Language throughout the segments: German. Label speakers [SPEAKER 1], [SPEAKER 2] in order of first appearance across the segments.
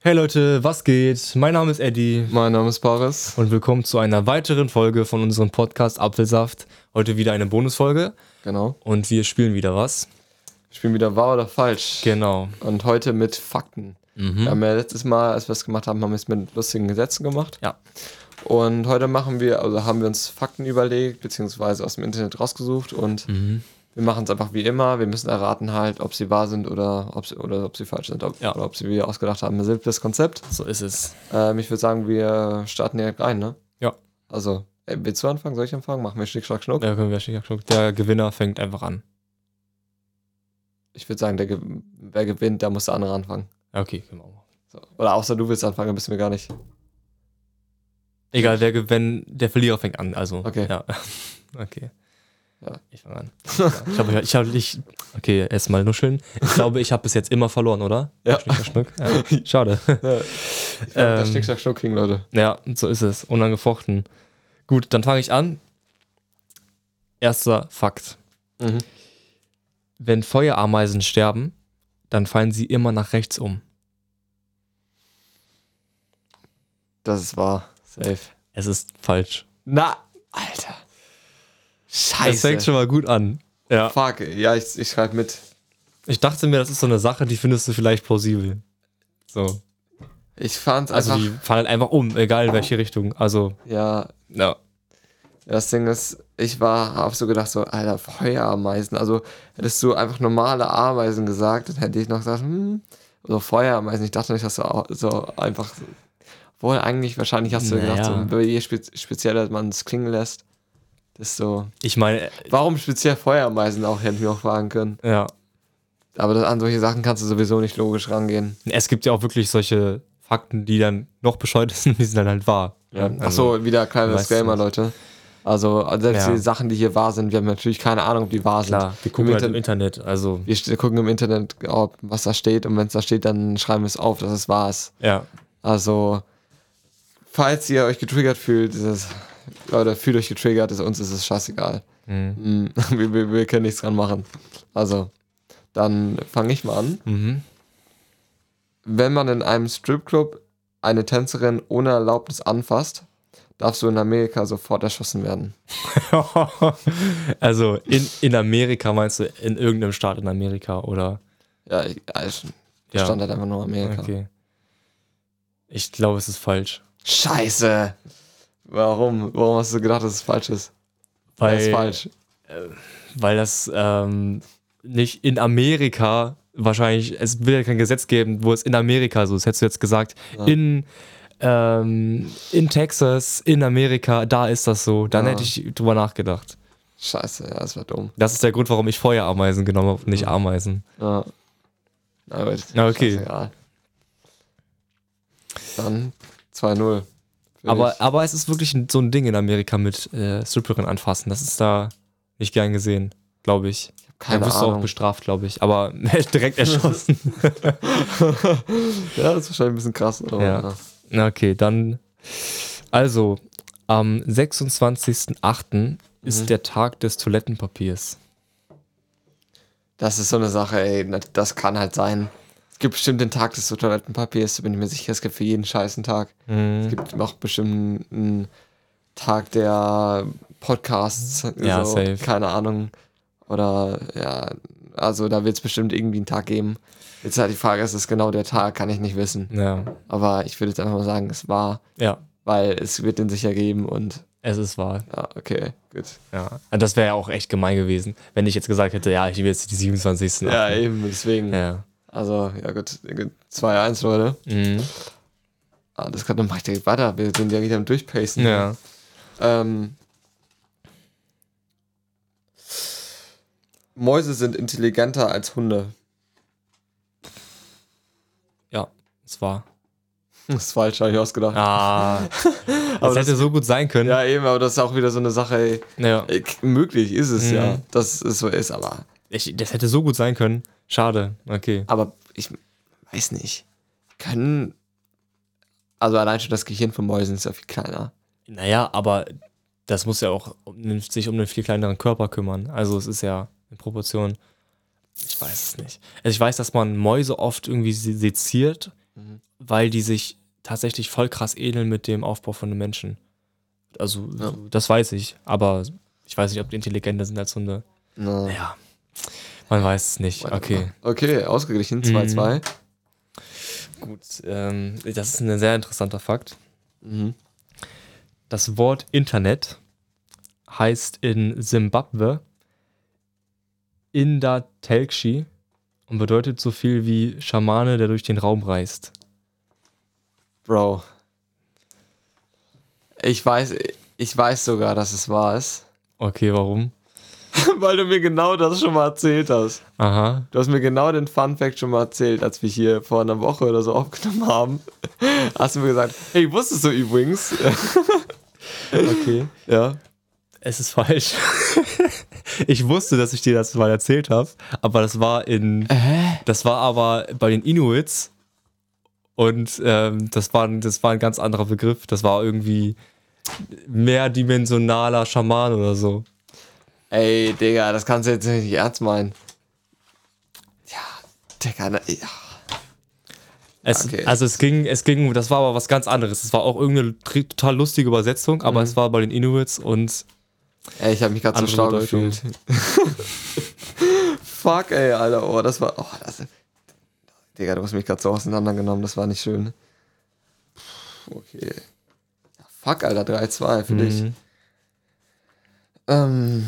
[SPEAKER 1] Hey Leute, was geht? Mein Name ist Eddie
[SPEAKER 2] Mein Name ist Paris.
[SPEAKER 1] und willkommen zu einer weiteren Folge von unserem Podcast Apfelsaft. Heute wieder eine Bonusfolge
[SPEAKER 2] Genau.
[SPEAKER 1] und wir spielen wieder was.
[SPEAKER 2] Ich bin wieder wahr oder falsch.
[SPEAKER 1] Genau.
[SPEAKER 2] Und heute mit Fakten.
[SPEAKER 1] Mhm.
[SPEAKER 2] Wir haben ja letztes Mal, als wir das gemacht haben, haben wir es mit lustigen Gesetzen gemacht.
[SPEAKER 1] Ja.
[SPEAKER 2] Und heute machen wir, also haben wir uns Fakten überlegt, beziehungsweise aus dem Internet rausgesucht und wir machen es einfach wie immer. Wir müssen erraten halt, ob sie wahr sind oder ob sie, oder ob sie falsch sind ob,
[SPEAKER 1] Ja.
[SPEAKER 2] oder ob sie wir ausgedacht haben. Ein simples Konzept.
[SPEAKER 1] So ist es.
[SPEAKER 2] Ähm, ich würde sagen, wir starten direkt rein, ne?
[SPEAKER 1] Ja.
[SPEAKER 2] Also, äh, willst du anfangen? Soll ich anfangen? Machen wir Schnick, Schnack, Schnuck?
[SPEAKER 1] Da können wir schick- schnuck. Der Gewinner fängt einfach an.
[SPEAKER 2] Ich würde sagen, der, ge- wer gewinnt, der muss der andere anfangen.
[SPEAKER 1] Ja, Okay, können wir auch machen.
[SPEAKER 2] So. Oder außer du willst anfangen, dann wissen wir gar nicht.
[SPEAKER 1] Egal, der gewinnt, der Verlierer fängt an. Also.
[SPEAKER 2] Okay.
[SPEAKER 1] Ja. Okay.
[SPEAKER 2] Ja.
[SPEAKER 1] Ich fange an. Ja. Ich habe, ich habe, ich, okay, erstmal nuscheln. Ich glaube, ich habe bis jetzt immer verloren, oder?
[SPEAKER 2] Ja.
[SPEAKER 1] Schnick, schnuck. ja. Schade.
[SPEAKER 2] Ja. Ich glaub,
[SPEAKER 1] Ähm.
[SPEAKER 2] das Schnick, Schnack, Schnuck kriegen, Leute.
[SPEAKER 1] Ja, so ist es. Unangefochten. Gut, dann fange ich an. Erster Fakt.
[SPEAKER 2] Mhm.
[SPEAKER 1] Wenn Feuerameisen sterben, dann fallen sie immer nach rechts um.
[SPEAKER 2] Das ist wahr. Safe.
[SPEAKER 1] Es ist falsch.
[SPEAKER 2] Na, Alter. Scheiße.
[SPEAKER 1] Das fängt schon mal gut an. Ja.
[SPEAKER 2] Fuck, ja, ich, ich schreibe mit.
[SPEAKER 1] Ich dachte mir, das ist so eine Sache, die findest du vielleicht plausibel. So.
[SPEAKER 2] Ich fand's
[SPEAKER 1] Also
[SPEAKER 2] einfach.
[SPEAKER 1] die fallen einfach um, egal in welche Richtung. Also,
[SPEAKER 2] ja,
[SPEAKER 1] ja.
[SPEAKER 2] das Ding ist, ich war, hab so gedacht, so, Alter, Feuerameisen. Also, hättest du einfach normale Ameisen gesagt, dann hätte ich noch gesagt, hm, oder Feuerameisen. Ich dachte nicht, dass du au- so einfach. Wohl eigentlich, wahrscheinlich hast du
[SPEAKER 1] Naja.
[SPEAKER 2] gedacht, so, je spe spezieller man es klingen lässt, desto.
[SPEAKER 1] Ich meine,
[SPEAKER 2] Warum speziell Feuerameisen auch, hätte ich mir auch fragen können.
[SPEAKER 1] äh, ja.
[SPEAKER 2] Aber das, an solche Sachen kannst du sowieso nicht logisch rangehen.
[SPEAKER 1] Es gibt ja auch wirklich solche Fakten, die dann noch bescheuert sind, die sind dann halt wahr.
[SPEAKER 2] Ja,
[SPEAKER 1] Also-
[SPEAKER 2] Achso, wieder kleiner
[SPEAKER 1] weißt du
[SPEAKER 2] Disclaimer,
[SPEAKER 1] nicht.
[SPEAKER 2] Leute. Also, also selbst
[SPEAKER 1] Ja.
[SPEAKER 2] die Sachen, die hier wahr sind, wir haben natürlich keine Ahnung, ob die wahr sind.
[SPEAKER 1] Klar, wir gucken
[SPEAKER 2] Im
[SPEAKER 1] halt im
[SPEAKER 2] Inter-
[SPEAKER 1] Internet. Also,
[SPEAKER 2] wir st- gucken im Internet, ob was da steht und wenn es da steht, dann schreiben wir es auf, dass es wahr ist.
[SPEAKER 1] ja.
[SPEAKER 2] Also, falls ihr euch getriggert fühlt, ist es, Leute, fühlt euch getriggert, ist, uns ist es scheißegal.
[SPEAKER 1] Mhm.
[SPEAKER 2] Mm, wir, wir, wir können nichts dran machen. Also, dann fange ich mal an.
[SPEAKER 1] Mhm.
[SPEAKER 2] Wenn man in einem Stripclub eine Tänzerin ohne Erlaubnis anfasst, darfst du in Amerika sofort erschossen werden.
[SPEAKER 1] also in, in Amerika meinst du, in irgendeinem Staat in Amerika oder?
[SPEAKER 2] Ja, ich, ja, ich stand halt einfach nur Amerika.
[SPEAKER 1] okay. Ich glaube, es ist falsch.
[SPEAKER 2] Scheiße! Warum? Warum hast du gedacht, dass es falsch ist?
[SPEAKER 1] Weil,
[SPEAKER 2] das ist falsch.
[SPEAKER 1] weil das ähm, nicht in Amerika wahrscheinlich, es will ja kein Gesetz geben, wo es in Amerika so ist. Hättest du jetzt gesagt, in, ähm, in Texas, in Amerika, da ist das so, dann
[SPEAKER 2] Ja.
[SPEAKER 1] hätte ich drüber nachgedacht.
[SPEAKER 2] Scheiße, ja, das war dumm.
[SPEAKER 1] Das ist der Grund, warum ich Feuerameisen genommen habe, und nicht Ameisen.
[SPEAKER 2] Ja. Na gut.
[SPEAKER 1] Na, okay.
[SPEAKER 2] scheißegal. Dann 2-0. für
[SPEAKER 1] Aber,
[SPEAKER 2] dich.
[SPEAKER 1] aber es ist wirklich ein- so ein Ding in Amerika mit äh, Stripperin anfassen. Das ist da nicht gern gesehen, glaube ich.
[SPEAKER 2] keine
[SPEAKER 1] da wirst du auch
[SPEAKER 2] Ahnung.
[SPEAKER 1] bestraft, glaube ich. Aber direkt erschossen.
[SPEAKER 2] ja, das ist wahrscheinlich ein bisschen krass. Aber
[SPEAKER 1] Ja.
[SPEAKER 2] ja.
[SPEAKER 1] Na, okay, dann. Also, am 26.08.
[SPEAKER 2] Mhm.
[SPEAKER 1] ist der Tag des Toilettenpapiers.
[SPEAKER 2] Das ist so eine Sache, ey. na, Das kann halt sein. Es gibt bestimmt den Tag des Toilettenpapiers, da bin ich mir sicher, es gibt für jeden scheißen Tag.
[SPEAKER 1] Mhm.
[SPEAKER 2] Es gibt auch bestimmt einen Tag der Podcasts.
[SPEAKER 1] Ja,
[SPEAKER 2] so,
[SPEAKER 1] safe.
[SPEAKER 2] Keine Ahnung. Oder ja, also da wird es bestimmt irgendwie einen Tag geben. Jetzt halt die Frage, ist es genau der Tag, kann ich nicht wissen.
[SPEAKER 1] Ja.
[SPEAKER 2] Aber ich würde jetzt einfach mal sagen, es war,
[SPEAKER 1] ja,
[SPEAKER 2] weil es wird den sicher geben und
[SPEAKER 1] es ist wahr.
[SPEAKER 2] ja, okay, gut.
[SPEAKER 1] Ja. Und Das wäre ja auch echt gemein gewesen, wenn ich jetzt gesagt hätte, ja, ich will jetzt die 27.
[SPEAKER 2] Ja, eben, deswegen.
[SPEAKER 1] Ja.
[SPEAKER 2] Also, ja gut, gut. 2-1, Leute.
[SPEAKER 1] Mhm.
[SPEAKER 2] Ah, das kann dann mach ich direkt weiter. Wir sind ja wieder am Durchpacen.
[SPEAKER 1] ja.
[SPEAKER 2] Ähm, Mäuse sind intelligenter als Hunde.
[SPEAKER 1] Ja, es war.
[SPEAKER 2] Das ist falsch, habe ich ausgedacht.
[SPEAKER 1] Ah,
[SPEAKER 2] Aber
[SPEAKER 1] das hätte so gut sein können.
[SPEAKER 2] Ja, eben, aber das ist auch wieder so eine Sache, ey.
[SPEAKER 1] Ja.
[SPEAKER 2] Äh, k- Möglich ist es
[SPEAKER 1] Mhm.
[SPEAKER 2] ja, dass es so ist, aber,
[SPEAKER 1] Ich, das hätte so gut sein können. Schade. Okay.
[SPEAKER 2] aber ich weiß nicht. Können. Also allein schon das Gehirn von Mäusen ist ja viel kleiner.
[SPEAKER 1] Naja, aber das muss ja auch um, sich um den viel kleineren Körper kümmern. Also es ist ja in Proportion. Ich weiß es nicht. Also ich weiß, dass man Mäuse oft irgendwie se- seziert, weil die sich tatsächlich voll krass ähneln mit dem Aufbau von einem Menschen. Also,
[SPEAKER 2] Ja.
[SPEAKER 1] das weiß ich, aber ich weiß nicht, ob die intelligenter sind als Hunde.
[SPEAKER 2] Na,
[SPEAKER 1] Ja, man weiß es nicht.
[SPEAKER 2] warte
[SPEAKER 1] Okay. Mhm.
[SPEAKER 2] mal. Okay, ausgeglichen, 2-2.
[SPEAKER 1] Gut, ähm, das ist ein sehr interessanter Fakt.
[SPEAKER 2] Mhm.
[SPEAKER 1] Das Wort Internet heißt in Simbabwe Indatelkshi und bedeutet so viel wie Schamane, der durch den Raum reist.
[SPEAKER 2] Bro. Ich weiß, ich weiß sogar, dass es wahr ist.
[SPEAKER 1] Okay, warum?
[SPEAKER 2] Weil du mir genau das schon mal erzählt hast.
[SPEAKER 1] Aha.
[SPEAKER 2] Du hast mir genau den Fun Fact schon mal erzählt, als wir hier vor einer Woche oder so aufgenommen haben. Hast du mir gesagt, hey, wusstest du übrigens?
[SPEAKER 1] Okay.
[SPEAKER 2] ja.
[SPEAKER 1] Es ist falsch. ich wusste, dass ich dir das mal erzählt habe, aber das war in. Das war aber bei den Inuits und ähm, das, war, ein- das war ein ganz anderer Begriff. Das war irgendwie mehrdimensionaler Schaman oder so.
[SPEAKER 2] Ey, Digga, das kannst du jetzt nicht ernst meinen. Ja, Digga, na, ja.
[SPEAKER 1] Es,
[SPEAKER 2] Okay.
[SPEAKER 1] Also es ging, es ging, das war aber was ganz anderes. Es war auch irgendeine tri- total lustige Übersetzung, aber es war bei den Inuits und
[SPEAKER 2] Ey, ich habe mich gerade so
[SPEAKER 1] Andere
[SPEAKER 2] schlau
[SPEAKER 1] Bedeutung.
[SPEAKER 2] gefühlt. Fuck, ey, Alter, oh, das war. Oh, das, Digga, du hast mich gerade so auseinandergenommen, das war nicht schön. Puh, Okay. Ja, fuck, Alter, 3-2 für dich.
[SPEAKER 1] Mhm.
[SPEAKER 2] Ähm,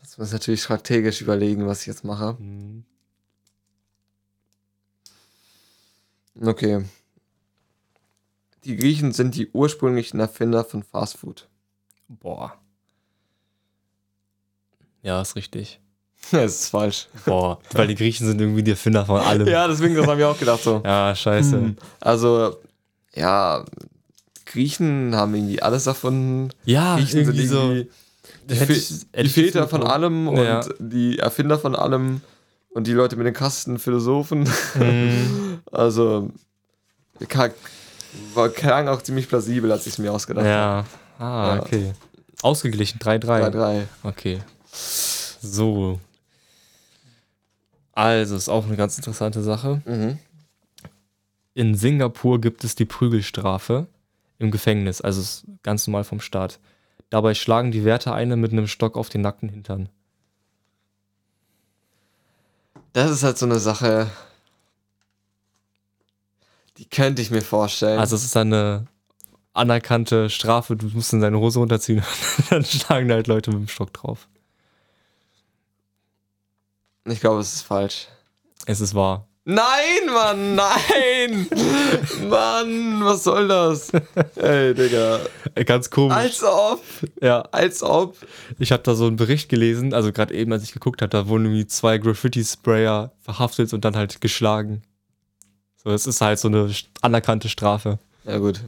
[SPEAKER 2] jetzt muss ich natürlich strategisch überlegen, was ich jetzt mache.
[SPEAKER 1] Mhm.
[SPEAKER 2] Okay. Die Griechen sind die ursprünglichen Erfinder von Fast Food.
[SPEAKER 1] Boah. Ja, ist richtig.
[SPEAKER 2] Das ist falsch.
[SPEAKER 1] Boah, weil die Griechen sind irgendwie die Erfinder von allem.
[SPEAKER 2] Ja, deswegen, das haben wir auch gedacht so.
[SPEAKER 1] Ja, scheiße.
[SPEAKER 2] Hm. Also, ja, Griechen haben irgendwie alles erfunden.
[SPEAKER 1] Ja,
[SPEAKER 2] Griechen
[SPEAKER 1] Ah, irgendwie so.
[SPEAKER 2] die,
[SPEAKER 1] hätte
[SPEAKER 2] Fe
[SPEAKER 1] ich- hätte
[SPEAKER 2] die
[SPEAKER 1] ich
[SPEAKER 2] Väter
[SPEAKER 1] nicht
[SPEAKER 2] von
[SPEAKER 1] gewusst.
[SPEAKER 2] allem und
[SPEAKER 1] Ja.
[SPEAKER 2] die Erfinder von allem und die Leute mit den krassesten Philosophen.
[SPEAKER 1] Hm,
[SPEAKER 2] Also, ka- war klang auch ziemlich plausibel, als ich es mir ausgedacht habe.
[SPEAKER 1] ja. Ah,
[SPEAKER 2] Ja.
[SPEAKER 1] okay. Ausgeglichen, 3-3.
[SPEAKER 2] 3-3.
[SPEAKER 1] Okay. So. Also, ist auch eine ganz interessante Sache.
[SPEAKER 2] Mhm.
[SPEAKER 1] In Singapur gibt es die Prügelstrafe im Gefängnis, also ist ganz normal vom Staat. Dabei schlagen die Wärter eine mit einem Stock auf den nackten Hintern.
[SPEAKER 2] Das ist halt so eine Sache, die könnte ich mir vorstellen.
[SPEAKER 1] Also es ist eine anerkannte Strafe, du musst dann deine Hose runterziehen und dann schlagen da halt Leute mit dem Stock drauf.
[SPEAKER 2] ich glaube, es ist falsch.
[SPEAKER 1] Es ist wahr.
[SPEAKER 2] Nein, Mann, nein! Mann, was soll das? Ey, Digga.
[SPEAKER 1] Äh, Ganz komisch.
[SPEAKER 2] Als ob,
[SPEAKER 1] ja,
[SPEAKER 2] als ob.
[SPEAKER 1] ich habe da so einen Bericht gelesen, also gerade eben, als ich geguckt habe, da wurden irgendwie zwei Graffiti-Sprayer verhaftet und dann halt geschlagen. So, es ist halt so eine st- anerkannte Strafe.
[SPEAKER 2] Ja, gut.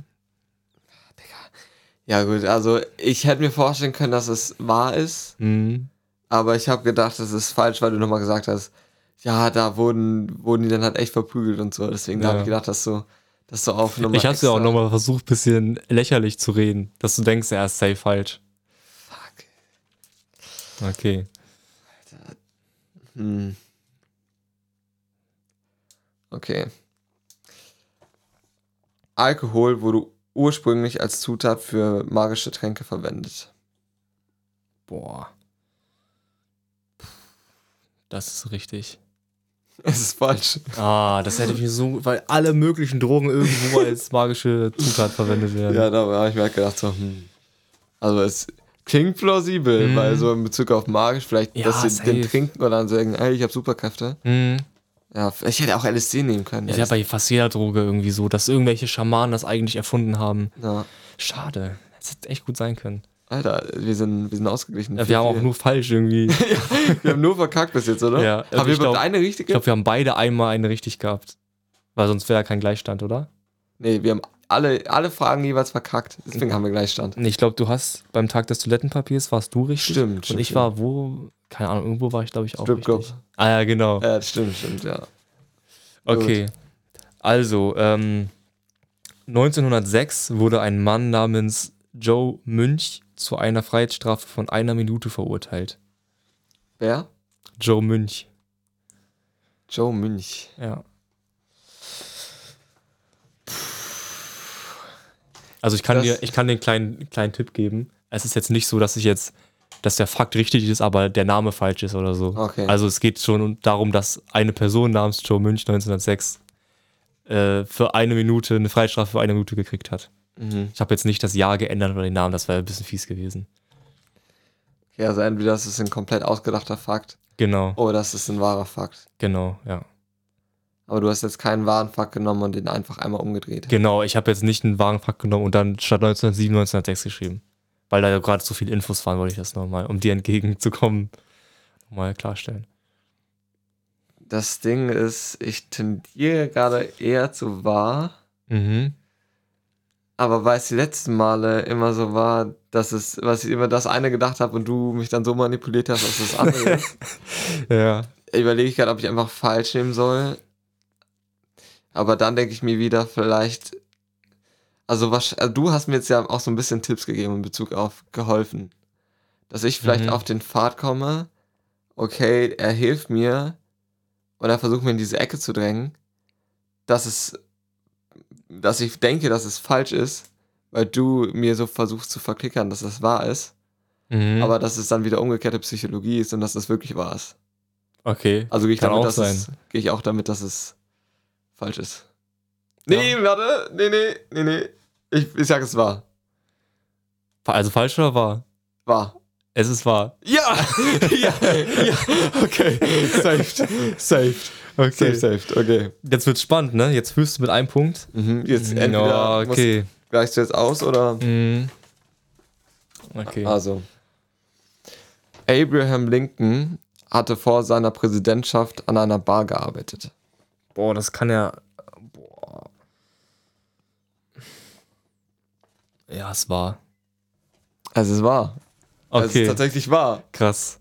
[SPEAKER 2] Digga. Ja, gut, also ich hätte mir vorstellen können, dass es wahr ist,
[SPEAKER 1] Mhm.
[SPEAKER 2] aber ich habe gedacht, es ist falsch, weil du nochmal gesagt hast, ja, da wurden, wurden die dann halt echt verprügelt und so. Deswegen
[SPEAKER 1] Ja.
[SPEAKER 2] habe ich gedacht, dass so, dass so auf nochmal.
[SPEAKER 1] Ich hab's ja auch
[SPEAKER 2] extra-
[SPEAKER 1] nochmal versucht, bisschen lächerlich zu reden, dass du denkst, er ist safe falsch.
[SPEAKER 2] Fuck.
[SPEAKER 1] Okay.
[SPEAKER 2] Hm. Okay. Alkohol wurde ursprünglich als Zutat für magische Tränke verwendet.
[SPEAKER 1] Boah. Das ist richtig.
[SPEAKER 2] Es ist falsch.
[SPEAKER 1] Ah, das hätte ich mir so, weil alle möglichen Drogen irgendwo als magische Zutat verwendet werden.
[SPEAKER 2] Ja, da habe ich mir halt gedacht, so, hm. Also es klingt plausibel,
[SPEAKER 1] Mhm.
[SPEAKER 2] weil so in Bezug auf magisch, vielleicht,
[SPEAKER 1] Ja,
[SPEAKER 2] dass sie
[SPEAKER 1] safe.
[SPEAKER 2] den trinken oder dann sagen, hey, ich habe Superkräfte.
[SPEAKER 1] Hm.
[SPEAKER 2] Ja, ich hätte auch LSD nehmen können.
[SPEAKER 1] Ist ja bei fast jeder Droge irgendwie so, dass irgendwelche Schamanen das eigentlich erfunden haben.
[SPEAKER 2] ja.
[SPEAKER 1] Schade. Das hätte echt gut sein können.
[SPEAKER 2] Alter, wir sind, wir sind ausgeglichen.
[SPEAKER 1] Ja, wir haben auch nur falsch irgendwie. Ich
[SPEAKER 2] wir haben nur verkackt bis jetzt, oder?
[SPEAKER 1] Ja,
[SPEAKER 2] Haben
[SPEAKER 1] also
[SPEAKER 2] wir
[SPEAKER 1] ich
[SPEAKER 2] überhaupt
[SPEAKER 1] glaub-
[SPEAKER 2] eine richtige?
[SPEAKER 1] glaube, wir haben beide einmal eine richtig gehabt. Weil sonst wäre ja kein Gleichstand, oder?
[SPEAKER 2] Nee, wir haben alle, alle Fragen jeweils verkackt. Deswegen haben wir Gleichstand.
[SPEAKER 1] Nee, ich glaube, du hast beim Tag des Toilettenpapiers warst du richtig.
[SPEAKER 2] Stimmt,
[SPEAKER 1] Und
[SPEAKER 2] stimmt,
[SPEAKER 1] ich
[SPEAKER 2] stimmt.
[SPEAKER 1] war wo? Keine Ahnung, irgendwo war ich, glaube ich, auch
[SPEAKER 2] Stripclub.
[SPEAKER 1] richtig. Ah ja, genau.
[SPEAKER 2] Ja, das stimmt, stimmt, ja.
[SPEAKER 1] Okay. Also, ähm, 1906 wurde ein Mann namens Joe Münch zu einer Freiheitsstrafe von einer Minute verurteilt.
[SPEAKER 2] Wer?
[SPEAKER 1] Joe Münch.
[SPEAKER 2] Joe Münch.
[SPEAKER 1] Ja. Also ich kann
[SPEAKER 2] Das-
[SPEAKER 1] dir, ich kann dir einen kleinen, kleinen Tipp geben. Es ist jetzt nicht so, dass ich jetzt, dass der Fakt richtig ist, aber der Name falsch ist oder so.
[SPEAKER 2] Okay.
[SPEAKER 1] Also es geht schon um- darum, dass eine Person namens Joe Münch 1906 äh, für eine Minute eine Freistrafe für eine Minute gekriegt hat.
[SPEAKER 2] Mhm.
[SPEAKER 1] Ich habe jetzt nicht das Jahr geändert oder den Namen, das wäre ein bisschen fies gewesen.
[SPEAKER 2] Okay, also entweder das ist ein komplett ausgedachter Fakt
[SPEAKER 1] Genau,
[SPEAKER 2] oder das ist ein wahrer Fakt.
[SPEAKER 1] genau, ja.
[SPEAKER 2] Aber du hast jetzt keinen wahren Fakt genommen und den einfach einmal umgedreht.
[SPEAKER 1] Genau, ich habe jetzt nicht einen wahren Fakt genommen und dann statt 1907 1906 geschrieben. Weil da ja gerade so viele Infos waren, wollte ich das nochmal, um dir entgegenzukommen, nochmal klarstellen.
[SPEAKER 2] Das Ding ist, ich tendiere gerade eher zu wahr,
[SPEAKER 1] Mhm.
[SPEAKER 2] aber weil es die letzten Male immer so war, dass es, was ich immer das eine gedacht habe und du mich dann so manipuliert hast, dass das andere ist,
[SPEAKER 1] Ja.
[SPEAKER 2] überlege ich gerade, ob ich einfach falsch nehmen soll. Aber dann denke ich mir wieder, vielleicht. Also, was, also du hast mir jetzt ja auch so ein bisschen Tipps gegeben in Bezug auf geholfen. Dass ich vielleicht
[SPEAKER 1] Mhm.
[SPEAKER 2] auf den Pfad komme, okay, er hilft mir und er versucht mir in diese Ecke zu drängen, dass es, dass ich denke, dass es falsch ist, weil du mir so versuchst zu verklickern, dass das wahr ist,
[SPEAKER 1] Mhm.
[SPEAKER 2] aber dass es dann wieder umgekehrte Psychologie ist und dass das wirklich wahr ist.
[SPEAKER 1] okay.
[SPEAKER 2] Also gehe ich,
[SPEAKER 1] Kann
[SPEAKER 2] damit,
[SPEAKER 1] auch
[SPEAKER 2] dass es- gehe ich auch damit, dass es falsch ist.
[SPEAKER 1] Ja.
[SPEAKER 2] Nee, warte. Nee, nee, nee, nee. Ich, ich sag es war.
[SPEAKER 1] Also falsch oder wahr?
[SPEAKER 2] War.
[SPEAKER 1] Es ist wahr.
[SPEAKER 2] Ja! ja! Ja! Okay. Saved. Saved.
[SPEAKER 1] Okay.
[SPEAKER 2] Saved, saved. Okay.
[SPEAKER 1] Jetzt wird's spannend, ne? Jetzt fühlst du mit einem Punkt.
[SPEAKER 2] Mhm, jetzt
[SPEAKER 1] Ja,
[SPEAKER 2] entweder okay.
[SPEAKER 1] okay.
[SPEAKER 2] musst, gleichst du jetzt aus oder.
[SPEAKER 1] Mhm. Okay.
[SPEAKER 2] Also. Abraham Lincoln hatte vor seiner Präsidentschaft an einer Bar gearbeitet.
[SPEAKER 1] Boah, das kann ja. Boah. Ja, es war.
[SPEAKER 2] Also es war. Also es ist
[SPEAKER 1] Okay,
[SPEAKER 2] tatsächlich wahr.
[SPEAKER 1] krass.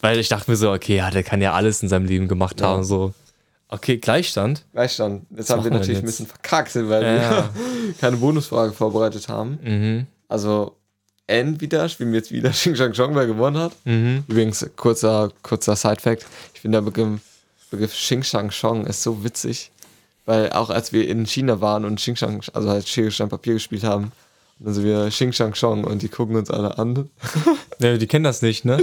[SPEAKER 1] Weil ich dachte mir so, okay, ja, der kann ja alles in seinem Leben gemacht
[SPEAKER 2] Ja.
[SPEAKER 1] haben. So. Okay, Gleichstand.
[SPEAKER 2] Gleichstand.
[SPEAKER 1] Was
[SPEAKER 2] Jetzt haben wir
[SPEAKER 1] machen wir
[SPEAKER 2] natürlich
[SPEAKER 1] denn
[SPEAKER 2] ein
[SPEAKER 1] jetzt?
[SPEAKER 2] bisschen verkackt, weil
[SPEAKER 1] Ja.
[SPEAKER 2] wir keine Bonusfrage vorbereitet haben.
[SPEAKER 1] Mhm.
[SPEAKER 2] Also entweder spielen wir jetzt wieder Xing Shang Chong, wer gewonnen hat.
[SPEAKER 1] Mhm.
[SPEAKER 2] Übrigens, kurzer, kurzer Side-Fact. Ich finde der Begriff, Begriff Xing Shang Chong ist so witzig, weil auch als wir in China waren und Xing Shang, also halt Schere, Stein, Papier gespielt haben, und dann sind wir Xing Shang Chong und die gucken uns alle an.
[SPEAKER 1] Ja, die kennen das nicht, ne?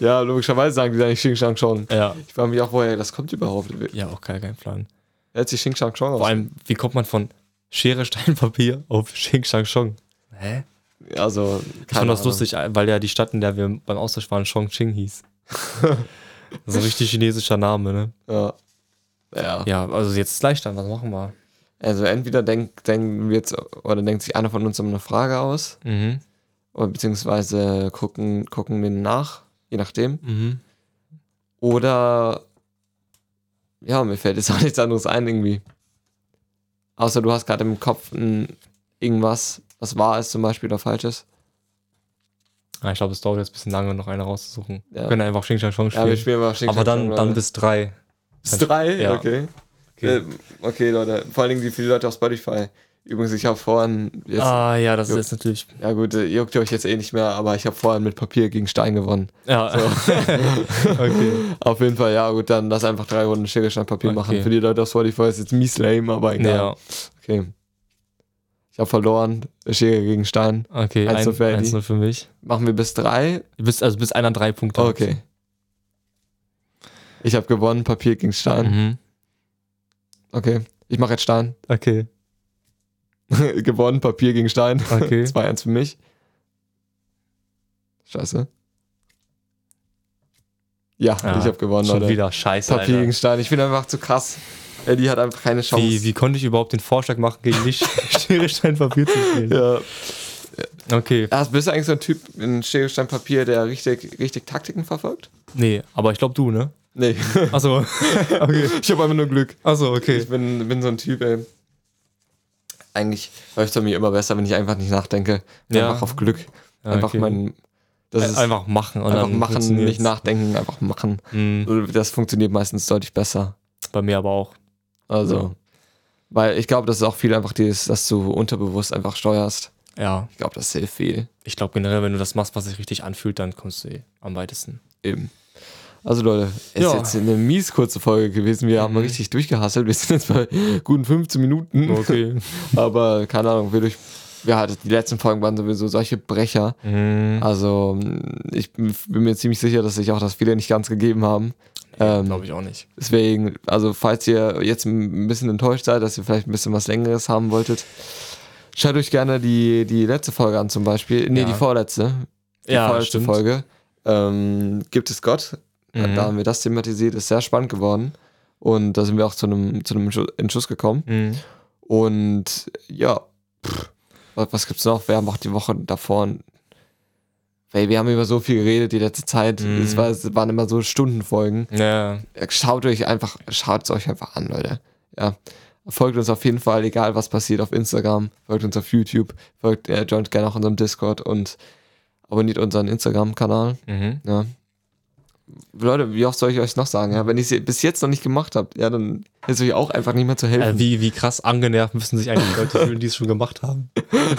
[SPEAKER 2] Ja, logischerweise sagen die da nicht Xing Shang Chong.
[SPEAKER 1] Ja.
[SPEAKER 2] Ich frage mich auch, woher das kommt überhaupt.
[SPEAKER 1] Ja, auch okay, kein Plan.
[SPEAKER 2] Wer hat sich Xing Shang Chong
[SPEAKER 1] Vor allem, wie kommt man von Schere, Stein, Papier auf Xing, Shang, Chong? Hä?
[SPEAKER 2] Also,
[SPEAKER 1] Ich fand das lustig, weil ja die Stadt, in der wir beim Austausch waren, Chongqing hieß. so richtig chinesischer Name, ne?
[SPEAKER 2] Ja. Ja.
[SPEAKER 1] Ja, also jetzt Gleichstand, was machen wir?
[SPEAKER 2] Also entweder denk, denken wir jetzt oder denkt sich einer von uns um eine Frage aus
[SPEAKER 1] Mhm.
[SPEAKER 2] oder beziehungsweise gucken, gucken den nach, je nachdem.
[SPEAKER 1] Mhm.
[SPEAKER 2] Oder ja, mir fällt jetzt auch nichts anderes ein irgendwie. Außer du hast gerade im Kopf ein, irgendwas, was wahr ist zum Beispiel oder falsch ist.
[SPEAKER 1] Ja, Ah, ich glaube, es dauert jetzt ein bisschen lange, noch eine rauszusuchen.
[SPEAKER 2] Ja.
[SPEAKER 1] Wir können einfach Xing Shang Chong
[SPEAKER 2] Ja,
[SPEAKER 1] spielen.
[SPEAKER 2] wir spielen mal Xing
[SPEAKER 1] aber dann, dann bis
[SPEAKER 2] bis,
[SPEAKER 1] drei.
[SPEAKER 2] bis drei.
[SPEAKER 1] Ja.
[SPEAKER 2] Okay.
[SPEAKER 1] Okay.
[SPEAKER 2] Ähm, okay, Leute. Vor allen Dingen die vielen Leute auf Spotify. Übrigens, ich habe vorhin jetzt
[SPEAKER 1] ah, ja, das
[SPEAKER 2] Jo.
[SPEAKER 1] ist natürlich.
[SPEAKER 2] Ja gut, äh, juckt euch jetzt eh nicht mehr, aber ich habe vorhin mit Papier gegen Stein gewonnen.
[SPEAKER 1] Ja, okay.
[SPEAKER 2] Auf jeden Fall, ja gut, dann lass einfach drei Runden Schere, Stein, Papier
[SPEAKER 1] Okay.
[SPEAKER 2] machen. Für die Leute auf Spotify ist jetzt mies lame, aber egal.
[SPEAKER 1] Ja,
[SPEAKER 2] Okay. Ich habe verloren, Schere gegen Stein.
[SPEAKER 1] okay.
[SPEAKER 2] Eins
[SPEAKER 1] Eins,
[SPEAKER 2] nur für Eddie.
[SPEAKER 1] eins nur für mich.
[SPEAKER 2] Machen wir bis drei?
[SPEAKER 1] Bis, also bis einer drei Punkte. hat.
[SPEAKER 2] Okay. Ich habe gewonnen, Papier gegen Stein.
[SPEAKER 1] Mhm.
[SPEAKER 2] Okay, ich mache jetzt Stein.
[SPEAKER 1] Okay.
[SPEAKER 2] gewonnen, Papier gegen Stein.
[SPEAKER 1] Okay.
[SPEAKER 2] 2-1 für mich. Scheiße. Ja,
[SPEAKER 1] Ja,
[SPEAKER 2] ich habe gewonnen,
[SPEAKER 1] Schon
[SPEAKER 2] Leute.
[SPEAKER 1] wieder Scheiße.
[SPEAKER 2] Papier
[SPEAKER 1] Alter.
[SPEAKER 2] gegen Stein. Ich bin einfach zu krass. Eddie hat einfach keine Chance.
[SPEAKER 1] Wie, wie konnte ich überhaupt den Vorschlag machen, gegen dich Schere, Stein, Papier zu spielen?
[SPEAKER 2] Ja.
[SPEAKER 1] Okay.
[SPEAKER 2] Ah, bist du eigentlich so ein Typ in Schere, Stein, Papier, der richtig, richtig Taktiken verfolgt?
[SPEAKER 1] Nee, aber ich glaube du, ne?
[SPEAKER 2] Nee,
[SPEAKER 1] Achso. okay.
[SPEAKER 2] ich habe einfach nur Glück.
[SPEAKER 1] Achso, also, okay.
[SPEAKER 2] Ich bin, bin so ein Typ, ey. Eigentlich läuft es mir immer besser, wenn ich einfach nicht nachdenke.
[SPEAKER 1] Ja.
[SPEAKER 2] Einfach auf Glück.
[SPEAKER 1] Ja,
[SPEAKER 2] einfach
[SPEAKER 1] okay.
[SPEAKER 2] mein. Das ist einfach,
[SPEAKER 1] einfach machen und dann
[SPEAKER 2] machen,
[SPEAKER 1] funktioniert's.
[SPEAKER 2] nicht nachdenken, einfach machen.
[SPEAKER 1] Mhm.
[SPEAKER 2] Das funktioniert meistens deutlich besser.
[SPEAKER 1] Bei mir aber auch.
[SPEAKER 2] Also. Weil ich glaube, das ist auch viel einfach dieses, dass du unterbewusst einfach steuerst.
[SPEAKER 1] Ja.
[SPEAKER 2] Ich glaube, das hilft viel.
[SPEAKER 1] Ich glaube generell, wenn du das machst, was sich richtig anfühlt, dann kommst du eh am weitesten.
[SPEAKER 2] Eben. Also Leute, es
[SPEAKER 1] Ja.
[SPEAKER 2] ist jetzt eine mies kurze Folge gewesen. Wir haben
[SPEAKER 1] Mhm.
[SPEAKER 2] richtig durchgehasselt. Wir sind jetzt bei guten 15 Minuten.
[SPEAKER 1] Okay.
[SPEAKER 2] Aber keine Ahnung, wir durch, ja, das- die letzten Folgen waren sowieso solche Brecher.
[SPEAKER 1] Mhm.
[SPEAKER 2] Also mh, ich bin bin mir ziemlich sicher, dass sich auch das viele nicht ganz gegeben haben. Ähm,
[SPEAKER 1] Glaube ich auch nicht.
[SPEAKER 2] deswegen, also falls ihr jetzt ein bisschen enttäuscht seid, dass ihr vielleicht ein bisschen was Längeres haben wolltet, schaut euch gerne die, die letzte Folge an zum Beispiel. Nee,
[SPEAKER 1] Ja.
[SPEAKER 2] die vorletzte. Die
[SPEAKER 1] Ja,
[SPEAKER 2] vorletzte
[SPEAKER 1] stimmt.
[SPEAKER 2] Folge. Ähm, Gibt es Gott?
[SPEAKER 1] Mhm.
[SPEAKER 2] Da haben wir das thematisiert, ist sehr spannend geworden. Und da sind wir auch zu einem, zu einem Entschu- Entschluss gekommen.
[SPEAKER 1] Mhm.
[SPEAKER 2] Und ja, pff, was, was gibt's noch? Wer macht die Woche davor? Weil wir haben über so viel geredet die letzte Zeit.
[SPEAKER 1] Mhm.
[SPEAKER 2] Es, war, es waren immer so Stundenfolgen.
[SPEAKER 1] Ja.
[SPEAKER 2] Schaut euch einfach, schaut es euch einfach an, Leute. Ja. Folgt uns auf jeden Fall, egal was passiert, auf Instagram, folgt uns auf YouTube, folgt, äh, joint gerne auch unserem Discord und abonniert unseren Instagram-Kanal.
[SPEAKER 1] Mhm.
[SPEAKER 2] Ja. Leute, wie oft soll ich euch noch sagen? Ja, wenn ihr es bis jetzt noch nicht gemacht habt, ja, dann ist euch auch einfach nicht mehr zu helfen.
[SPEAKER 1] Äh, wie, wie krass angenervt müssen sich eigentlich die Leute fühlen, die es schon gemacht haben.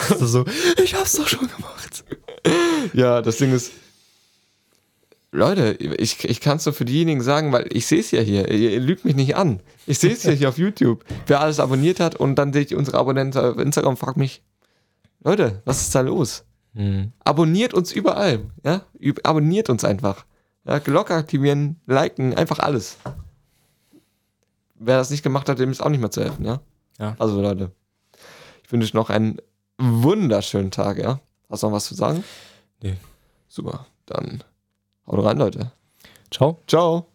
[SPEAKER 1] Das ist so, ich hab's doch schon gemacht.
[SPEAKER 2] Ja, das Ding ist. Leute, ich, ich kann es nur für diejenigen sagen, weil ich sehe es ja hier. Ihr, ihr lügt mich nicht an. Ich sehe es ja hier auf YouTube. Wer alles abonniert hat und dann sehe ich unsere Abonnenten auf Instagram, fragt mich, Leute, was ist da los?
[SPEAKER 1] Mhm.
[SPEAKER 2] Abonniert uns überall. Ja? Üb- Abonniert uns einfach. Ja, Glocke aktivieren, liken, einfach alles. Wer das nicht gemacht hat, dem ist auch nicht mehr zu helfen, ja?
[SPEAKER 1] Ja.
[SPEAKER 2] Also Leute, ich wünsche euch noch einen wunderschönen Tag, ja? Hast du noch was zu sagen?
[SPEAKER 1] Nee.
[SPEAKER 2] Super, dann haut rein, Leute.
[SPEAKER 1] Ciao.
[SPEAKER 2] Ciao.